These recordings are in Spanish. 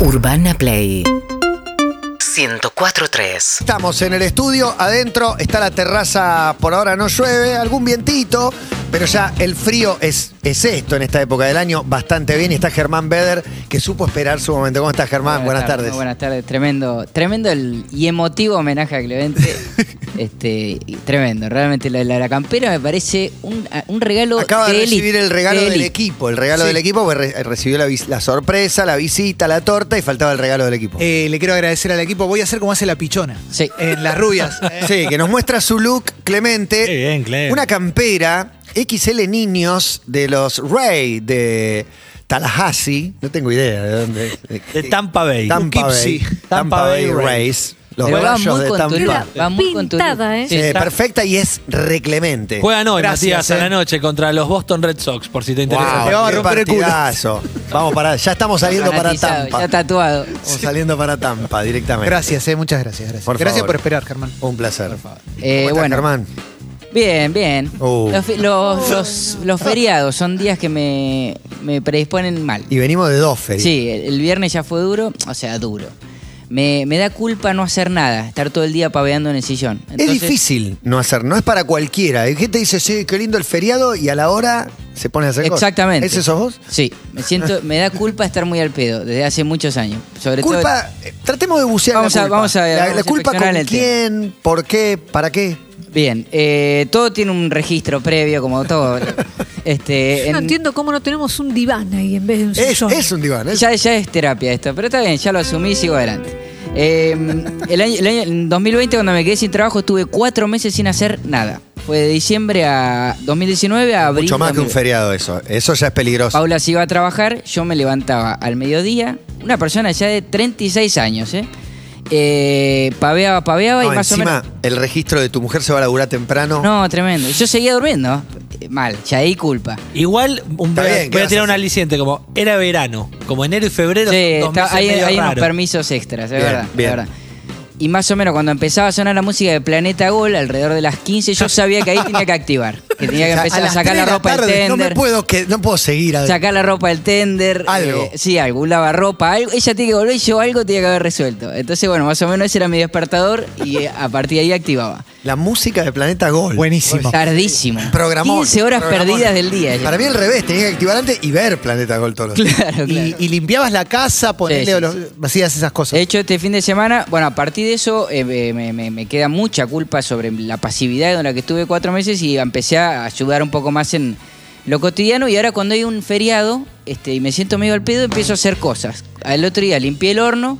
Urbana Play 104.3 Estamos en el estudio, adentro está la terraza, por ahora no llueve, algún vientito, pero ya el frío es, es esto en esta época del año, bastante bien. Y está Germán Beder, que supo esperar su momento. ¿Cómo estás, Germán? Buenas, tardes. muy Buenas tardes, tremendo, tremendo el, y emotivo homenaje a Clemente. este, y tremendo, realmente la, la, la campera me parece un, a- un regalo. Acaba de élite, recibir el regalo del élite. equipo. El regalo Sí. del equipo pues, re- recibió la, vis- la sorpresa, la visita, la torta y faltaba el regalo del equipo. Eh, le quiero agradecer al equipo. Voy a hacer como hace la pichona. Sí. En las rubias. Sí, que nos muestra su look, Clemente. Qué bien, Cle. Una campera XL Niños de los Ray de Tallahassee. No tengo idea de dónde. De Tampa Bay. Tampa Bay. Poughkeepsie. Tampa Tampa Bay Bay Rays. Los Pero va rayos muy de con Tampa. Toluca, Sí, va muy con Pintada, Toluca. ¿eh? Sí, está- perfecta y es reclemente. Juegan hoy, Gracias, Matías, a eh. la noche contra los Boston Red Sox, por si te interesa. Wow, Te vamos a qué romper el culo. partidazo. Vamos para, ya estamos saliendo para fanatizado, Tampa. Ya tatuado. Estamos saliendo para Tampa directamente. Gracias, eh, muchas gracias. Gracias Por Gracias favor. por esperar, Germán. Un placer. Eh, ¿Cómo estás, bueno, Germán? Bien, bien. Uh. Los, fe- los, los- los feriados son días que me, me predisponen mal. Y venimos de dos ferias. Sí, el el viernes ya fue duro, o sea, duro. Me, me da culpa no hacer nada, estar todo el día paveando en el sillón. Entonces, es difícil no hacer, no es para cualquiera. Hay gente que dice, sí, qué lindo el feriado y a la hora se pone a hacer cosas. Exactamente. ¿Ese sos vos? Sí, me siento, me da culpa estar muy al pedo desde hace muchos años. Sobre todo. Culpa, eh, tratemos de bucear Vamos la a- culpa. vamos a- la, la vamos a culpa con inspeccionar el quién, por qué, para qué. Bien, eh, todo tiene un registro previo, como todo. Este, Yo no en- entiendo cómo no tenemos un diván ahí en vez de un Es, sillón. es un diván, es- Ya, ya es terapia esto, pero está bien, ya lo asumí y sigo adelante. Eh, el año, el año- en 2020, cuando me quedé sin trabajo, estuve cuatro meses sin hacer nada. Fue de diciembre a 2019 a abril. mucho más que un 2020. feriado eso. Eso ya es peligroso. Paula se iba a trabajar, yo me levantaba al mediodía, una persona ya de 36 años, ¿eh? Eh, paveaba, paveaba No, y más encima, o el registro de tu mujer se va a laburar temprano. menos... No, tremendo. Yo seguía durmiendo. eh, Mal, ya ahí culpa. Igual un- Está voy, a- bien, ¿qué voy vas a a tirar un hacer? aliciente, como era verano, como enero y febrero. Sí, son dos está- meses hay, medio hay unos raros. permisos extras, es Bien, verdad, es bien. verdad. Y más o menos cuando empezaba a sonar la música de Planeta Gol, alrededor de las 15, yo sabía que ahí tenía que activar. Que tenía que O sea, empezar a, las sacar tres la de ropa del tarde, tender. No me puedo, que, no puedo seguir. adelante. Sacar la ropa del tender. Algo. eh, sí, algo, un lavarropa, algo. Ella tiene que volver y yo algo tenía que haber resuelto. Entonces, bueno, más o menos ese era mi despertador y eh, a partir de ahí activaba. La música de Planeta Gol. Buenísimo. Tardísimo. Programó. 15 horas perdidas del día. Para mí al revés, tenía que activar antes y ver Planeta Gol todos los días. Claro, claro. Y, y limpiabas la casa, ponele Sí, sí, los- hacías esas cosas. De hecho, este fin de semana, bueno, a partir de eso eh, me- me, me- me queda mucha culpa sobre la pasividad con la que estuve cuatro meses y empecé a ayudar un poco más en lo cotidiano y ahora cuando hay un feriado este, y me siento medio al pedo, empiezo a hacer cosas. Al otro día limpié el horno.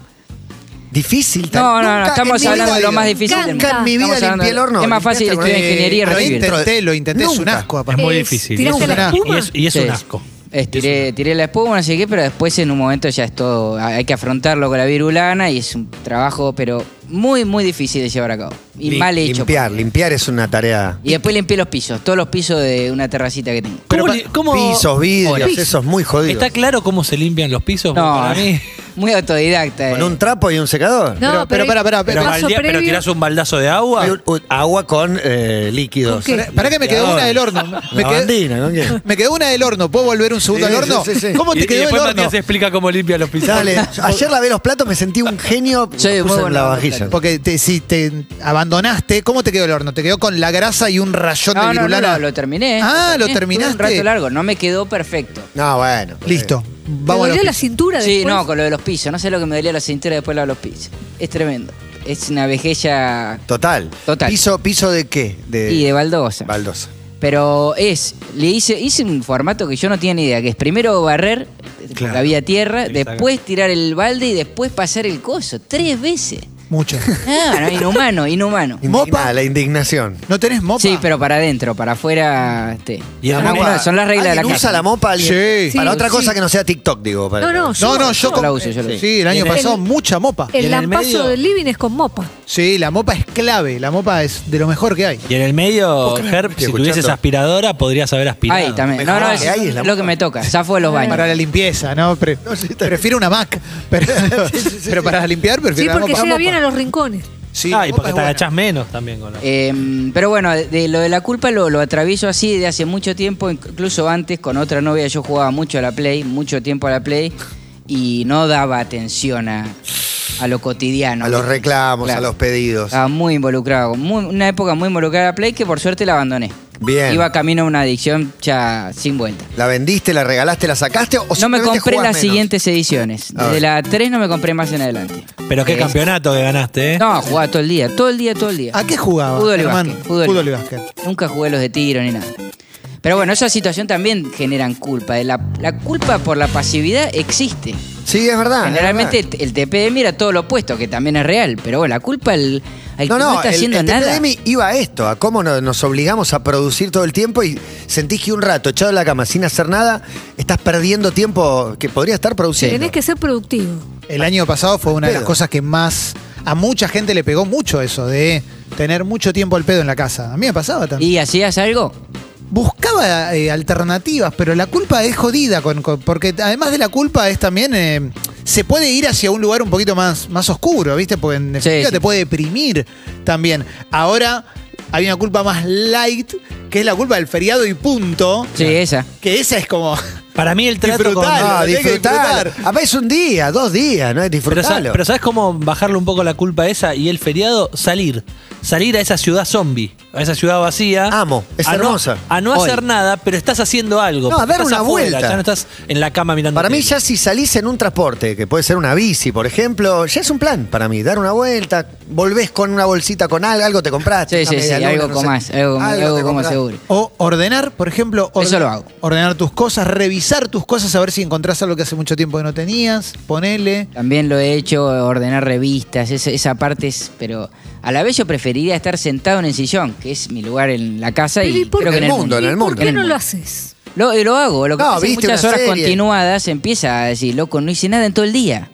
Difícil. tal- No, no, no, Nunca en estamos mi vida hablando de lo digo, más difícil. del Nunca en mundo. mi vida Estamos hablando limpié el de- horno. Es más fácil ¿Limpiaste estudiar alguna vez? ingeniería y Lo recibir. intenté, lo intenté, es un Nunca. asco Es aparte. muy Eh, difícil. tiraste y es la una- espuma. y es, y es Sí. un asco. Eh, tiré, tiré la espuma, no sé qué, pero después en un momento ya es todo. Hay que afrontarlo con la virulana y es un trabajo, pero muy, muy difícil de llevar a cabo. Y Lim- mal hecho. pues. Limpiar, limpiar es una tarea. Y después limpié los pisos, todos los pisos de una terracita que tengo. ¿Cómo Pero li- pa- cómo- Pisos, vidrios, Hola. eso es muy jodido. ¿Está claro cómo se limpian los pisos? No, Para mí. muy autodidacta. Con eh. un trapo y un secador. Pero- No, pero pero, pará, pará, Pero, paso baldea- pero previo- tirás un baldazo de agua. Y un- un- agua con eh, líquidos. ¿Con qué? Pará- Pará que me quedó una del horno. Me La quedó, bandina, ¿con qué? me quedó una del horno. ¿Puedo volver un segundo Sí, al sí, horno? sí, sí. ¿Cómo y, te y quedó el después horno? Matías explica cómo limpian los pisos. Dale, ayer lavé los platos, me sentí un genio. Sí, me muy puse en bueno, la muy vajilla. Porque te- si te abandonaste, ¿cómo te quedó el horno? ¿Te quedó con la grasa y un rayón no, de no, no, virulana? no, lo terminé. Ah, lo Estuve Un terminaste. rato largo, no me quedó perfecto. No, bueno. pues, Listo. ¿Te Vamos a dolió los la pisos. cintura Sí, después? no, con lo de los pisos. No sé lo que me dolía la cintura después de lo de los pisos. Es tremendo. Es una vejella Total. Total. ¿Piso, piso de qué? De, y de baldosa. Eh, baldosa. Pero es, le hice, hice un formato que yo no tenía ni idea, que es primero barrer Claro. la vía tierra, Tenés que después tirar el balde y después pasar el coso. Tres veces. Mucho. Ah, no, inhumano, inhumano. Mopa, la indignación. ¿No tenés mopa? Sí, pero para adentro, para afuera. este. Y la Son mopa- algunas- son las reglas de la Ah, ¿Alguien casa. usa la mopa? ¿Alguien? Sí. Para otra Sí. cosa que no sea TikTok, digo. para- No, no, No, no, yo, Yo com- la uso, yo la uso. Sí, el año En el- pasado mucha mopa. y en El el lampazo medio- del living es con mopa. Sí, la mopa es clave, la mopa es de lo mejor que hay. Y en el medio, Herb, si Estoy tuvieses escuchando. aspiradora, podrías haber aspirado. Ahí también. No, Mejor no, que es, ahí es la lo que mopa. me toca. Zafo de los baños. Para la limpieza, ¿no? Pre- prefiero una Mac. Pero, pero para limpiar, Sí, prefiero la porque mopa. llega bien a los rincones. Sí, Ah, la y mopa porque es te buena. agachás menos también con la. Eh, pero bueno, de lo de la culpa lo, lo atravieso así de hace mucho tiempo, incluso antes con otra novia yo jugaba mucho a la Play, mucho tiempo a la Play. y no daba atención a, a lo cotidiano. A los reclamos, Claro. Ah, a los pedidos. Estaba muy involucrado, muy- una época muy involucrada a Play que por suerte la abandoné. Bien. Iba camino a una adicción ya sin vuelta. ¿La vendiste, la regalaste, la sacaste o No me simplemente compré jugás las menos? siguientes ediciones. A Desde ver. la 3 no me compré más en adelante. Pero qué Eh, campeonato que ganaste, ¿eh? No, jugaba todo el día, todo el día, todo el día. ¿A qué jugaba? Fútbol y Germán? básquet, fútbol y Fútbol y básquet. Nunca jugué los de tiro ni nada. Pero bueno, esa situación también generan culpa. La, la culpa por la pasividad existe. Sí, Ah, es verdad. es Generalmente verdad. el TPD mira todo lo opuesto, que también es real. Pero bueno, la culpa al, al No, que no, no, está el- haciendo el nada. TPDM iba a esto, a cómo no- nos obligamos a producir todo el tiempo y sentís que un rato echado en la cama sin hacer nada, estás perdiendo tiempo que podría estar produciendo. Tenés que ser productivo. El año pasado fue una de las Pedo. cosas que más. A mucha gente le pegó mucho eso de tener mucho tiempo al pedo en la casa. A mí me pasaba también. ¿Y hacías algo? Buscaba eh, alternativas, pero la culpa es jodida. con- con- porque además de la culpa es también. eh, se puede ir hacia un lugar un poquito más, más oscuro, ¿viste? Porque en definitiva sí. te puede deprimir también. Ahora hay una culpa más light, que es la culpa del feriado y punto. Sí, esa. Que esa es como. Para mí el trato con... Disfrutalo, No, lo tenés que disfrutar. disfrutar. A veces un día, dos días, ¿no? Pero, sa- Disfrutarlo. pero ¿sabes cómo bajarle un poco la culpa a esa y el feriado? Salir. Salir a esa ciudad zombie, a esa ciudad vacía. Amo, es a no- hermosa. a no Hoy. hacer nada, pero estás haciendo algo. No, a porque dar estás una afuera, vuelta. Ya no estás en la cama mirando. Para mí tele. ya si salís en un transporte, que puede ser una bici, por ejemplo, ya es un plan para mí, dar una vuelta, volvés con una bolsita con algo, algo te compraste. Sí, sí, una sí, media algo luna, no sé. comás, algo, algo te como compraste. seguro. O ordenar, por ejemplo, orde- Eso lo hago. ordenar tus cosas, revisar tus cosas, a ver si encontrás algo que hace mucho tiempo que no tenías, ponele. También lo he hecho, ordenar revistas, esa, esa parte es, pero a la vez yo preferiría estar sentado en el sillón, que es mi lugar en la casa Pero y ¿y por creo qué? que en el mundo. en el ¿Y mundo. ¿Por qué En el no mundo. lo haces? Lo, eh, lo hago, lo que No, pasa es que viste muchas una horas serie. continuadas empieza a decir, loco, no hice nada en todo el día.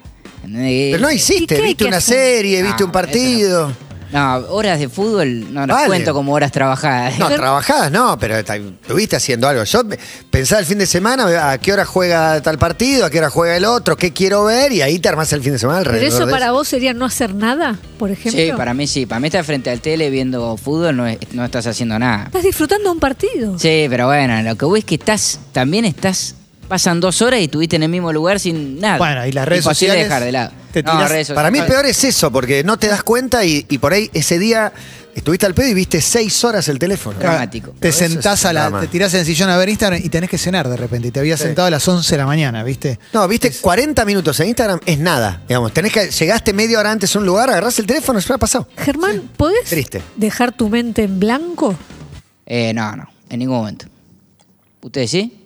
Eh, Pero no ¿Y hiciste, qué hay viste que una hacer? serie, viste Ah, No, un partido. No, horas de fútbol no las Vale. cuento como horas trabajadas. No, trabajadas no, pero ta- estuviste haciendo algo. Yo me- pensaba el fin de semana, a qué hora juega tal partido, a qué hora juega el otro, qué quiero ver, y ahí te armás el fin de semana ¿Pero alrededor eso de para vos sería no hacer nada, por ejemplo? Sí, para mí sí. Para mí estar frente al tele viendo fútbol no, es- no estás haciendo nada. Estás disfrutando un partido. Sí, pero bueno, lo que voy es que estás, también estás, pasan dos horas y estuviste en el mismo lugar sin nada. Bueno, y las redes Imposible sociales, dejar de lado. te No, tirás- redes Para mí sociales. peor es eso, porque no te das cuenta y, y por ahí ese día estuviste al pedo y viste seis horas el teléfono. Dramático. Te Eso es sentás a un la, drama. te tirás en el sillón a ver Instagram y tenés que cenar de repente. Y te habías Sí. sentado a las 11 de la mañana, ¿viste? No, viste, 40 minutos en Instagram es nada. Digamos, tenés que, llegaste media hora antes a un lugar, agarrás el teléfono, ya ha pasado. Germán, ¿podés Triste. dejar tu mente en blanco? Eh, no, no, en ningún momento. ¿Ustedes sí?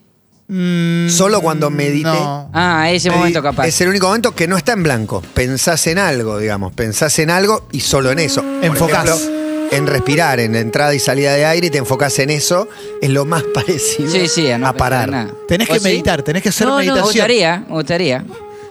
Mm, Solo cuando medité. no. Ah, ese momento capaz. Es el único momento que no está en blanco. Pensás en algo, digamos. Pensás en algo y solo en eso. Por Enfocás. ejemplo, en respirar, en la entrada y salida de aire y te enfocás en eso. Es lo más parecido Sí, sí, a no a parar. pensar en nada. Tenés que ¿Vos ¿Ah, sí? meditar, tenés que hacer No, no, Me meditación. gustaría, me gustaría.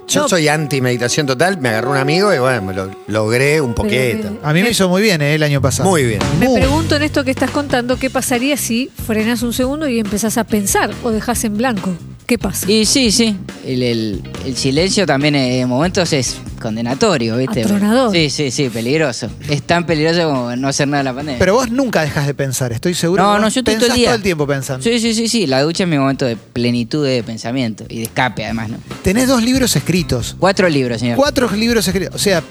Yo soy anti-meditación total. Me agarró un amigo y bueno, me lo, logré un poquito. Pero a mí me hizo muy bien eh, el año pasado. Muy bien. Me Muy. pregunto en esto que estás contando, ¿qué pasaría si frenás un segundo y empezás a pensar o dejás en blanco? ¿Qué pasa? Y sí, sí. El, el- el silencio también eh, en momentos es condenatorio, ¿viste? Atronador. Sí, sí, sí, peligroso. Es tan peligroso como no hacer nada en la pandemia. Pero vos nunca dejas de pensar, estoy seguro. no, que no, vos yo estoy todo el pensás día. tiempo pensando. Sí, sí, sí, sí. La ducha es mi momento de plenitud de pensamiento y de escape, además, ¿no? Tenés dos libros escritos. Cuatro libros, señor. Cuatro libros escritos. O sea,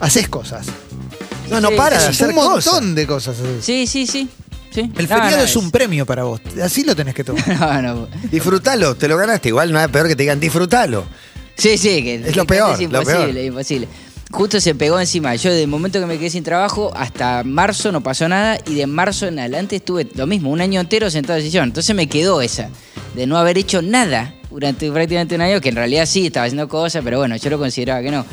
haces cosas. No, no Sí, para de sí. hacer un montón cosas. de cosas. haces. Sí, sí, sí. sí. El No, feriado no, es un premio para vos. Así lo tenés que tomar. No, no. Disfrutalo, te lo ganaste. Igual nada peor que te digan disfrutalo. Sí, sí, que Es lo que peor, Es lo imposible, peor. imposible. Justo se pegó encima. Yo, del momento que me quedé sin trabajo, hasta marzo no pasó nada. Y de marzo en adelante estuve lo mismo, un año entero sentado en el sillón. Entonces me quedó esa, de no haber hecho nada durante prácticamente un año, que en realidad sí estaba haciendo cosas, pero bueno, yo lo consideraba que no.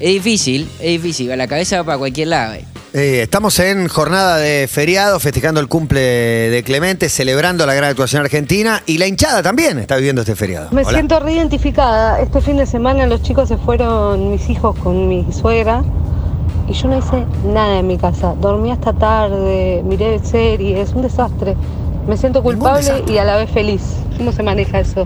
Es difícil, es difícil. La cabeza va para cualquier lado. eh. Eh, estamos en jornada de feriado, festejando el cumple de Clemente, celebrando la gran actuación argentina y la hinchada también está viviendo este feriado. Me Hola. siento reidentificada. Este fin de semana los chicos se fueron, mis hijos, con mi suegra. Y yo no hice nada en mi casa. Dormí hasta tarde, miré series, un desastre. Me siento culpable desastre. y a la vez feliz. ¿Cómo se maneja eso?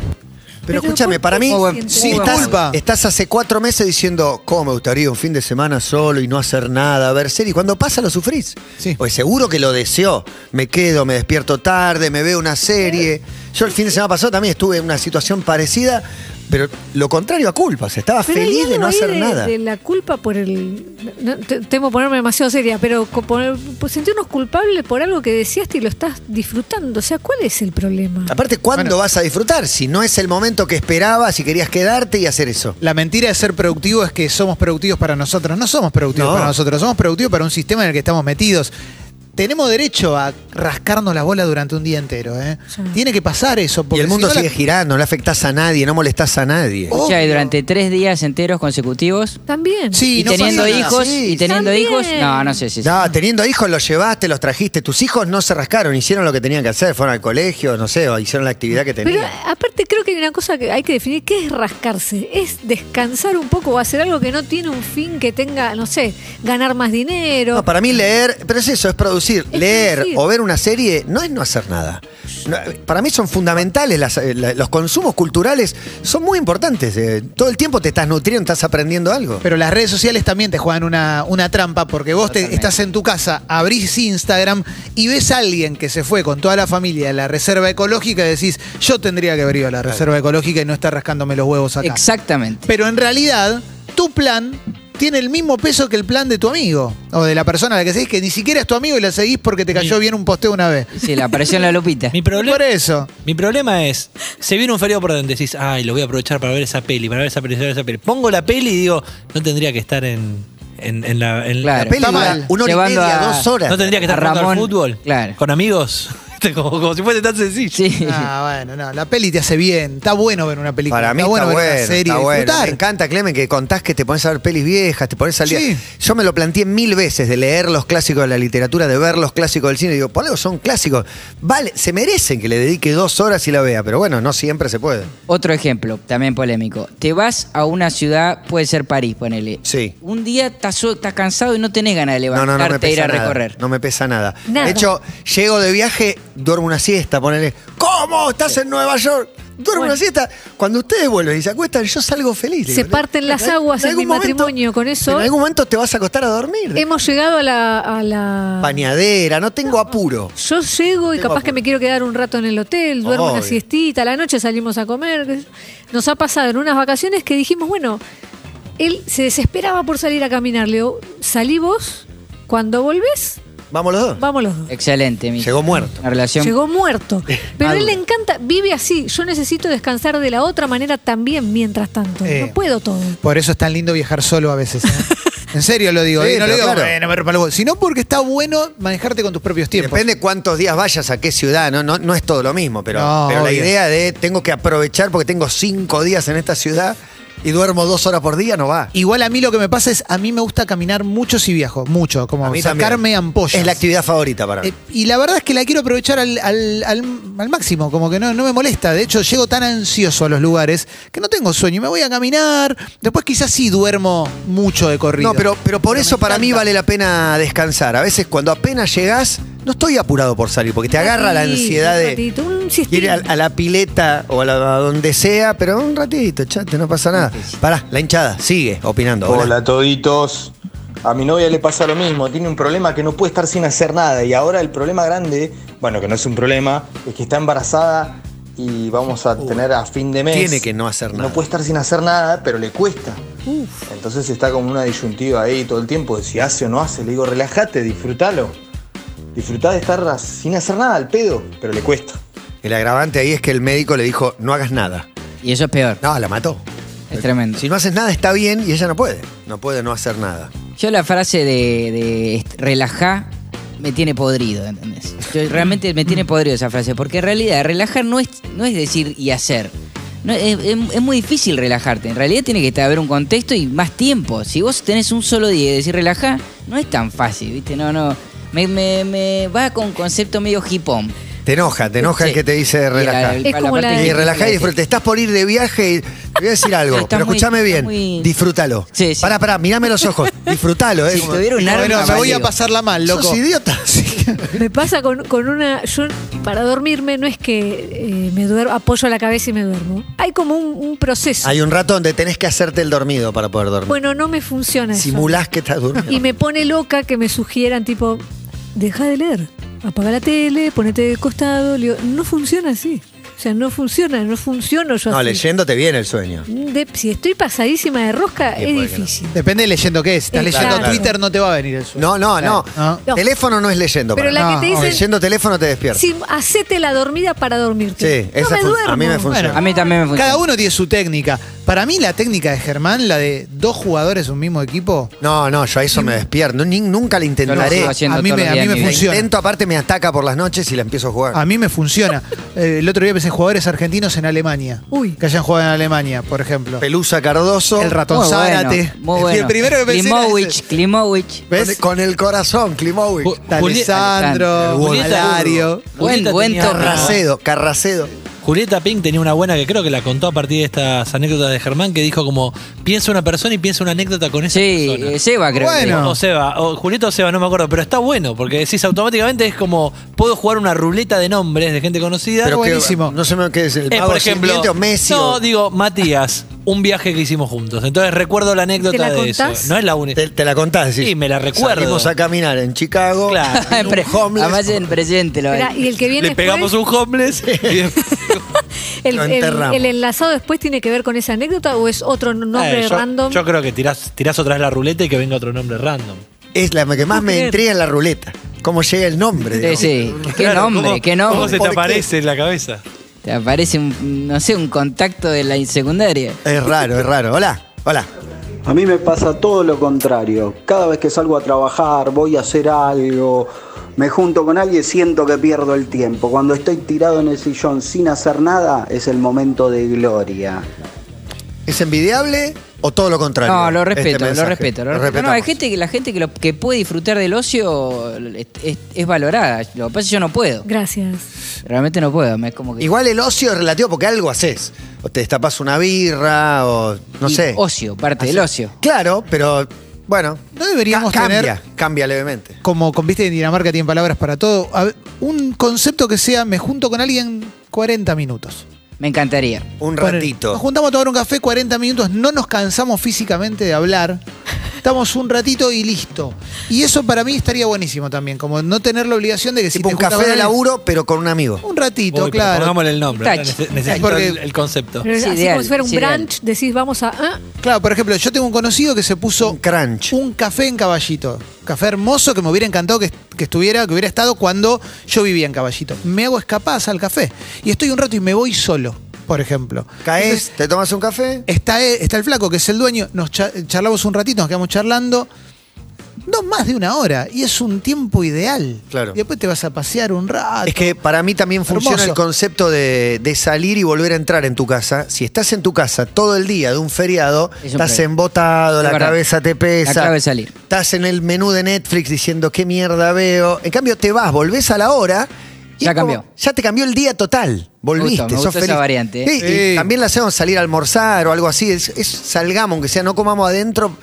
Pero Pero escúchame, ¿por para qué mí, se siente sí, así? estás, Culpa. estás hace cuatro meses diciendo, ¿cómo me gustaría un fin de semana solo y no hacer nada, ver serie? Y cuando pasa lo sufrís. Sí. Pues seguro que lo deseo. Me quedo, me despierto tarde, me veo una serie. Yo el fin de semana pasado también estuve en una situación parecida. Pero lo contrario a culpas, estaba Pero hay feliz de algo no ahí hacer de- nada. de la culpa por el. no, te- temo ponerme demasiado seria, pero co- poner- por pues, sentirnos culpables por algo que deseaste y lo estás disfrutando. O sea, ¿cuál es el problema? Aparte, ¿cuándo Bueno. vas a disfrutar? Si no es el momento que esperabas, si querías quedarte y hacer eso. La mentira de ser productivo es que somos productivos para nosotros. No somos productivos No. para nosotros, somos productivos para un sistema en el que estamos metidos. Tenemos derecho a rascarnos la bola durante un día entero. ¿eh? Sí. Tiene que pasar eso. Porque y el si mundo no la- sigue girando, no afectás a nadie, no molestás a nadie. Oh, Escuchá, y Obvio. durante tres días enteros consecutivos. También. Sí, Y, no teniendo pasa nada. hijos, Sí, y teniendo también. hijos. No, no sé si. No, teniendo hijos los llevaste, los trajiste. Tus hijos no se rascaron, hicieron lo que tenían que hacer, fueron al colegio, no sé, o hicieron la actividad que Pero tenían. aparte creo que hay una cosa que hay que definir, ¿qué es rascarse? Es descansar un poco o hacer algo que no tiene un fin que tenga, no sé, ganar más dinero. No, para mí leer, pero es eso, es producir. Es leer producir. o ver una serie no es no hacer nada. No, para mí son fundamentales, las- eh, la- los consumos culturales son muy importantes. eh, todo el tiempo te estás nutriendo, estás aprendiendo algo. Pero las redes sociales también te juegan una, una trampa porque vos te- Totalmente. estás en tu casa, abrís Instagram y ves a alguien que se fue con toda la familia a la reserva ecológica y decís, yo tendría que haber ido a la reserva ecológica y no estar rascándome los huevos acá. Exactamente. Pero en realidad, tu plan tiene el mismo peso que el plan de tu amigo o de la persona a la que seguís, que ni siquiera es tu amigo y la seguís porque te cayó bien un posteo una vez. Sí, le apareció en la lupita. Mi problema, Por eso. mi problema es, se viene un feriado por donde decís, ay, lo voy a aprovechar para ver esa peli, para ver esa peli, para ver esa peli. Pongo la peli y digo, no tendría que estar en, en- en la, en Claro. la La peli peli. Está dura mal. una hora y Llevando media, a- dos horas. No tendría que estar A jugando al Ramón, fúnbol. claro. Con amigos. como, como si fuese tan sencillo. Sí. Ah, bueno, no, la peli te hace bien. Está bueno ver una película. Para mí está bueno está ver bueno, una serie, está bueno. disfrutar. Me encanta, Clemen, que contás que te pones a ver pelis viejas, te pones a día. Sí. Yo me lo planteé mil veces de leer los clásicos de la literatura, de ver los clásicos del cine. Digo, por algo son clásicos. Vale, se merecen que le dedique dos horas y la vea, pero bueno, no siempre se puede. Otro ejemplo, también polémico. Te vas a una ciudad, puede ser París, ponele. Sí. Un día estás, so- estás cansado y no tenés ganas de No, levantarte no, no me e ir pesa a nada. recorrer. No me pesa nada. Nada. De hecho, llego de viaje, duermo una siesta, ponele. ¿Cómo? ¿Estás en Nueva York? Duermo Bueno. una siesta. Cuando ustedes vuelven y se acuestan, yo salgo feliz. Se Digo, parten las aguas en algún mi matrimonio con eso. En algún momento te vas a acostar a dormir. Hemos llegado a la... a la- Bañadera, no tengo apuro. Yo llego y Tengo capaz que apuro. me quiero quedar un rato en el hotel, duermo una Obvio. siestita, a la noche salimos a comer. qué sé yo. Nos ha pasado en unas vacaciones que dijimos, bueno, él se desesperaba por salir a caminar. Le digo, salí vos, cuando volvés, Vamos los dos. vamos los dos. Excelente, mi Llegó muerto. Una relación. Llegó muerto. Pero a él Maduro. le encanta, vive así. Yo necesito descansar de la otra manera también mientras tanto. Eh. No puedo todo. Por eso es tan lindo viajar solo a veces. ¿eh? en serio lo digo. Sí, eh, no lo pero digo, claro. "Eh, no me rompa los huevos", sino porque está bueno manejarte con tus propios tiempos. Depende cuántos días vayas a qué ciudad, ¿no? No, no es todo lo mismo, pero, No, pero la obvio. idea de tengo que aprovechar porque tengo cinco días en esta ciudad y duermo dos horas por día, no va. Igual a mí lo que me pasa es, a mí me gusta caminar mucho si viajo, mucho, como A mí también. sacarme ampollas. Es la actividad favorita para mí. Eh, y la verdad es que la quiero aprovechar al, al- al- al máximo, como que no, no me molesta. De hecho, llego tan ansioso a los lugares que no tengo sueño y me voy a caminar. Después quizás sí duermo mucho de corrido. No, pero, pero por Pero eso me para mí encanta. vale la pena descansar. A veces cuando apenas llegás, no estoy apurado por salir, porque te agarra la Sí, ansiedad un de ratito, un siestín. ir a, a la pileta o a, la- a donde sea, pero un ratito, chate, no pasa nada. Pará, la hinchada, sigue opinando. Hola. Hola toditos. A mi novia le pasa lo mismo, tiene un problema que no puede estar sin hacer nada y ahora el problema grande, bueno, que no es un problema, es que está embarazada y vamos a tener a fin de mes. Uh, Tiene que no hacer nada. No puede estar sin hacer nada, pero le cuesta. Entonces está como una disyuntiva ahí todo el tiempo de si hace o no hace. Le digo, relájate, disfrútalo. Disfrutá de estar sin hacer nada al pedo, pero le cuesta. El agravante ahí es que el médico le dijo, no hagas nada. Y eso es peor. No, la mató. Es tremendo. Si no haces nada está bien y ella no puede. No puede no hacer nada. Yo la frase de, de est- relajá me tiene podrido, ¿entendés? Yo- realmente me tiene podrido esa frase, porque en realidad relajar no es, no es decir y hacer. No, es, es- es muy difícil relajarte. En realidad tiene que haber un contexto y más tiempo. Si vos tenés un solo día y decir relajá, no es tan fácil, ¿viste? No, no. Me, me- me va con un concepto medio hipón. Te enoja, te enoja el Sí. que te dice relajar. Y, Es como la- Y el- relajá y disfrutar. disfruta. Estás por ir de viaje y te voy a decir algo, Estás pero muy- escúchame estás bien. muy- Disfrútalo. Sí, sí. Pará, pará, mirame los ojos. Disfrútalo, eh. Si Como- tuviera un arma, Bueno, me voy a valido. pasarla mal, loco. Sos idiota. Me pasa con, con una. Yo, para dormirme, no es que eh, me duermo, apoyo la cabeza y me duermo. Hay como un, un proceso. Hay un rato donde tenés que hacerte el dormido para poder dormir. Bueno, no me funciona eso. Simulás que estás durmiendo. Y me pone loca que me sugieran, tipo, deja de leer, apaga la tele, ponete de costado. Le digo, no funciona así. O sea, no funciona, no funciono yo No, así. leyendo te viene el sueño. De- si estoy pasadísima de Y rosca, es puede que no. difícil. Depende de leyendo qué es. Estás Exacto. leyendo Claro. Twitter, no te va a venir el sueño. No, no, no. Claro. No. Teléfono no es leyendo. Pero para la mí. que te No, dicen, Leyendo teléfono te despierta. sí, hacete la dormida para dormirte. Sí, no esa me fun- duermo. a mí me funciona. A mí también me funciona. Cada uno tiene su técnica. Para mí la técnica de Germán, la de dos jugadores un mismo equipo, No, no, yo a eso me despierto. Ni- nunca la Yo lo intentaré. sigo haciendo A mí todos me- los a días mí de me mi vida. funciona. Ah, Intento, aparte me ataca por las noches y la empiezo a jugar. a mí me funciona. Eh, el otro día pensé en jugadores argentinos en Alemania. Uy. Que hayan jugado en Alemania, por ejemplo. Pelusa Cardoso. El ratón Muy Zárate. bueno, muy bueno. Y el primero que pensé era Klimovic, ese. Klimovic. Con, ¿Ves? con el corazón, Klimovic. Ju- Julieta- Alessandro, Julieta- Alario. Buen- Julieta buen tenía- torneo. Carracedo, Carracedo. Julieta Pink tenía una buena que creo que la contó a partir de estas anécdotas de Germán, que dijo como, piensa una persona y piensa una anécdota con esa Sí, persona. eh, Seba creo que Bueno. O Seba, o Julieta o Seba, no me acuerdo, pero está bueno, porque decís automáticamente es como, puedo jugar una ruleta de nombres de gente conocida. Pero que- buenísimo. no sé qué es el Eh, mago por Sirviente ejemplo, o Messi. no, o- digo, Matías, un viaje que hicimos juntos. Entonces recuerdo la anécdota la de eso. contás? No es la única. te, te la contás, decís. Sí, me la recuerdo. Salimos a caminar en Chicago. Claro. en un Pre- homeless. Además en presente lo Esperá, y el que viene Le pegamos un después, homeless. y después- el, lo el- enterramos. el enlazado después tiene que ver con esa anécdota o es otro nombre Eh, yo, random. yo creo que tirás, tirás otra vez la ruleta y que venga otro nombre random. Es la que más me Mujer. intriga en la ruleta. Cómo llega el nombre. Sí, digamos. sí. Qué Claro, nombre, ¿cómo- qué ¿Cómo se nombre. te ¿Por qué? aparece en la cabeza? Te aparece, un, no sé, un contacto de la secundaria. Es raro, es raro. Hola, hola. A mí me pasa todo lo contrario. Cada vez que salgo a trabajar, voy a hacer algo, me junto con alguien, siento que pierdo el tiempo. Cuando estoy tirado en el sillón sin hacer nada, es el momento de gloria. ¿Es envidiable o todo lo contrario? No, lo este respeto, lo mensaje? respeto, lo Lo respeto. No, respetamos. hay gente que la gente que, lo- que puede disfrutar del ocio es, es- es valorada. Lo que pasa es que yo no puedo. Gracias. Realmente no puedo. me- Es como que, Igual el ocio es relativo porque algo haces. O te destapas una birra o no y sé. Ocio, parte del ocio. Claro, pero bueno. No deberíamos ca- cambia, tener- Cambia levemente. Como con viste en Dinamarca tienen palabras para todo. A ver, un concepto que sea, me junto con alguien 40 minutos. Me encantaría. Un Ponen, ratito. Nos juntamos a tomar un café 40 minutos, no nos cansamos físicamente de hablar. Estamos un ratito y listo. Y eso para mí estaría buenísimo también, como no tener la obligación de que si tipo un te juntas café con de alguien- laburo, pero con un amigo. Un ratito, Uy, pero claro. Pongámosle el nombre. Touch. Nece- Necesito Porque- el, el concepto. Pero Es así ideal, como si fuera un es ideal. brunch, decís vamos a. ah, Claro, por ejemplo, yo tengo un conocido que se puso Un crunch. un café en Caballito. Café hermoso que me hubiera encantado que, que estuviera, que hubiera estado cuando yo vivía en Caballito. Me hago escapadas al café. Y estoy un rato y me voy solo, por ejemplo. Caes, Entonces, te tomas un café. Está, e- está el flaco, que es el dueño, nos cha- charlamos un ratito, nos quedamos charlando. No más de una hora, y es un tiempo ideal. Claro. Y después te vas a pasear un rato. Es que para mí también funciona Hermoso. el concepto de, de salir y volver a entrar en tu casa. Si estás en tu casa todo el día de un feriado, Es un estás problema. embotado, Es la verdad. cabeza te pesa. La clave es salir. Estás en el menú de Netflix diciendo qué mierda veo. En cambio, te vas, volvés a la hora. y Ya es como- cambió. Ya te cambió el día total. Volviste, gustó, me sos gustó esa feliz. variante, ¿eh? Sí, y Sí. también la hacemos salir a almorzar o algo así. Es, es- salgamos, aunque sea, no comamos adentro.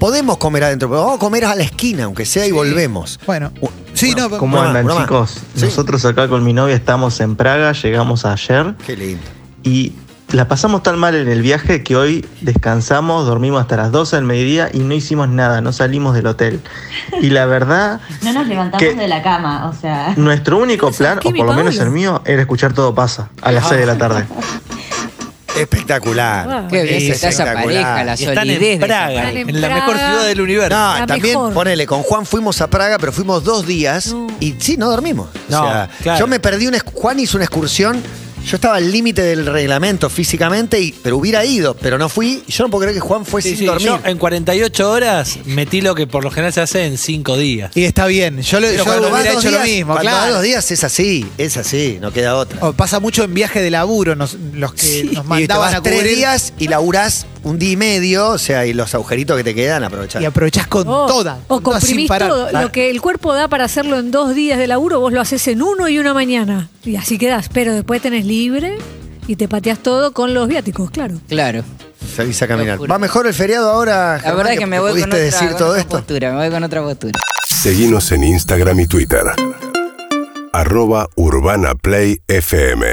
Podemos comer adentro, pero vamos a comer a la esquina, aunque sea, y volvemos. Bueno, Uh. sí, no, ¿cómo ¿Cómo Broma, andan, broma. chicos? Sí. Nosotros acá con mi novia estamos en Praga, llegamos ayer Qué lindo. y la pasamos tan mal en el viaje que hoy descansamos, dormimos hasta las 12 del mediodía y no hicimos nada, no salimos del hotel. Y la verdad, No nos levantamos ¿Qué? de la cama, o sea, nuestro único Eso, plan, o Kimi por lo menos Paolo. el mío, era escuchar todo pasa a las 6 de la tarde. Espectacular. Wow. Qué Es bien está esa espectacular. pareja, la Y están solidez. de en esa Praga, pareja. Están en en la Praga. mejor ciudad del universo. No, La también mejor. ponele, con Juan fuimos a Praga, pero fuimos dos días y sí, no dormimos. O No, sea, claro. yo me perdí una. excu- Juan hizo una excursión. Yo estaba al límite del reglamento físicamente, y, pero hubiera ido, pero no fui. Y Yo no puedo creer que Juan fue Sí, sin sí, dormir. yo en 48 horas metí lo que por lo general se hace en 5 días. y está bien. Yo, lo, Pero yo cuando vas hubiera dos hecho lo días- mismo, cuando vas claro. dos días es así, es así, no queda otra. O Oh, pasa mucho en viaje de laburo, nos- los que nos Y te mandaban vas a tres cubrir días y laburás un día y medio, o sea, y los agujeritos que te quedan aprovechar. y aprovechás con Oh, toda. O con toda, sin comprimís parar. todo. Lo que el cuerpo da para hacerlo en dos días de laburo, vos lo haces en uno y una mañana. Y así quedás. Pero después tenés libre y te pateás todo con los viáticos, claro. Claro. Salís a caminar. Locura. ¿Va mejor el feriado ahora? La Germán, verdad es que me voy pudiste con otra, decir con todo otra esto? postura, me voy con otra postura. Seguinos en Instagram y Twitter. Arroba Urbana Play FM.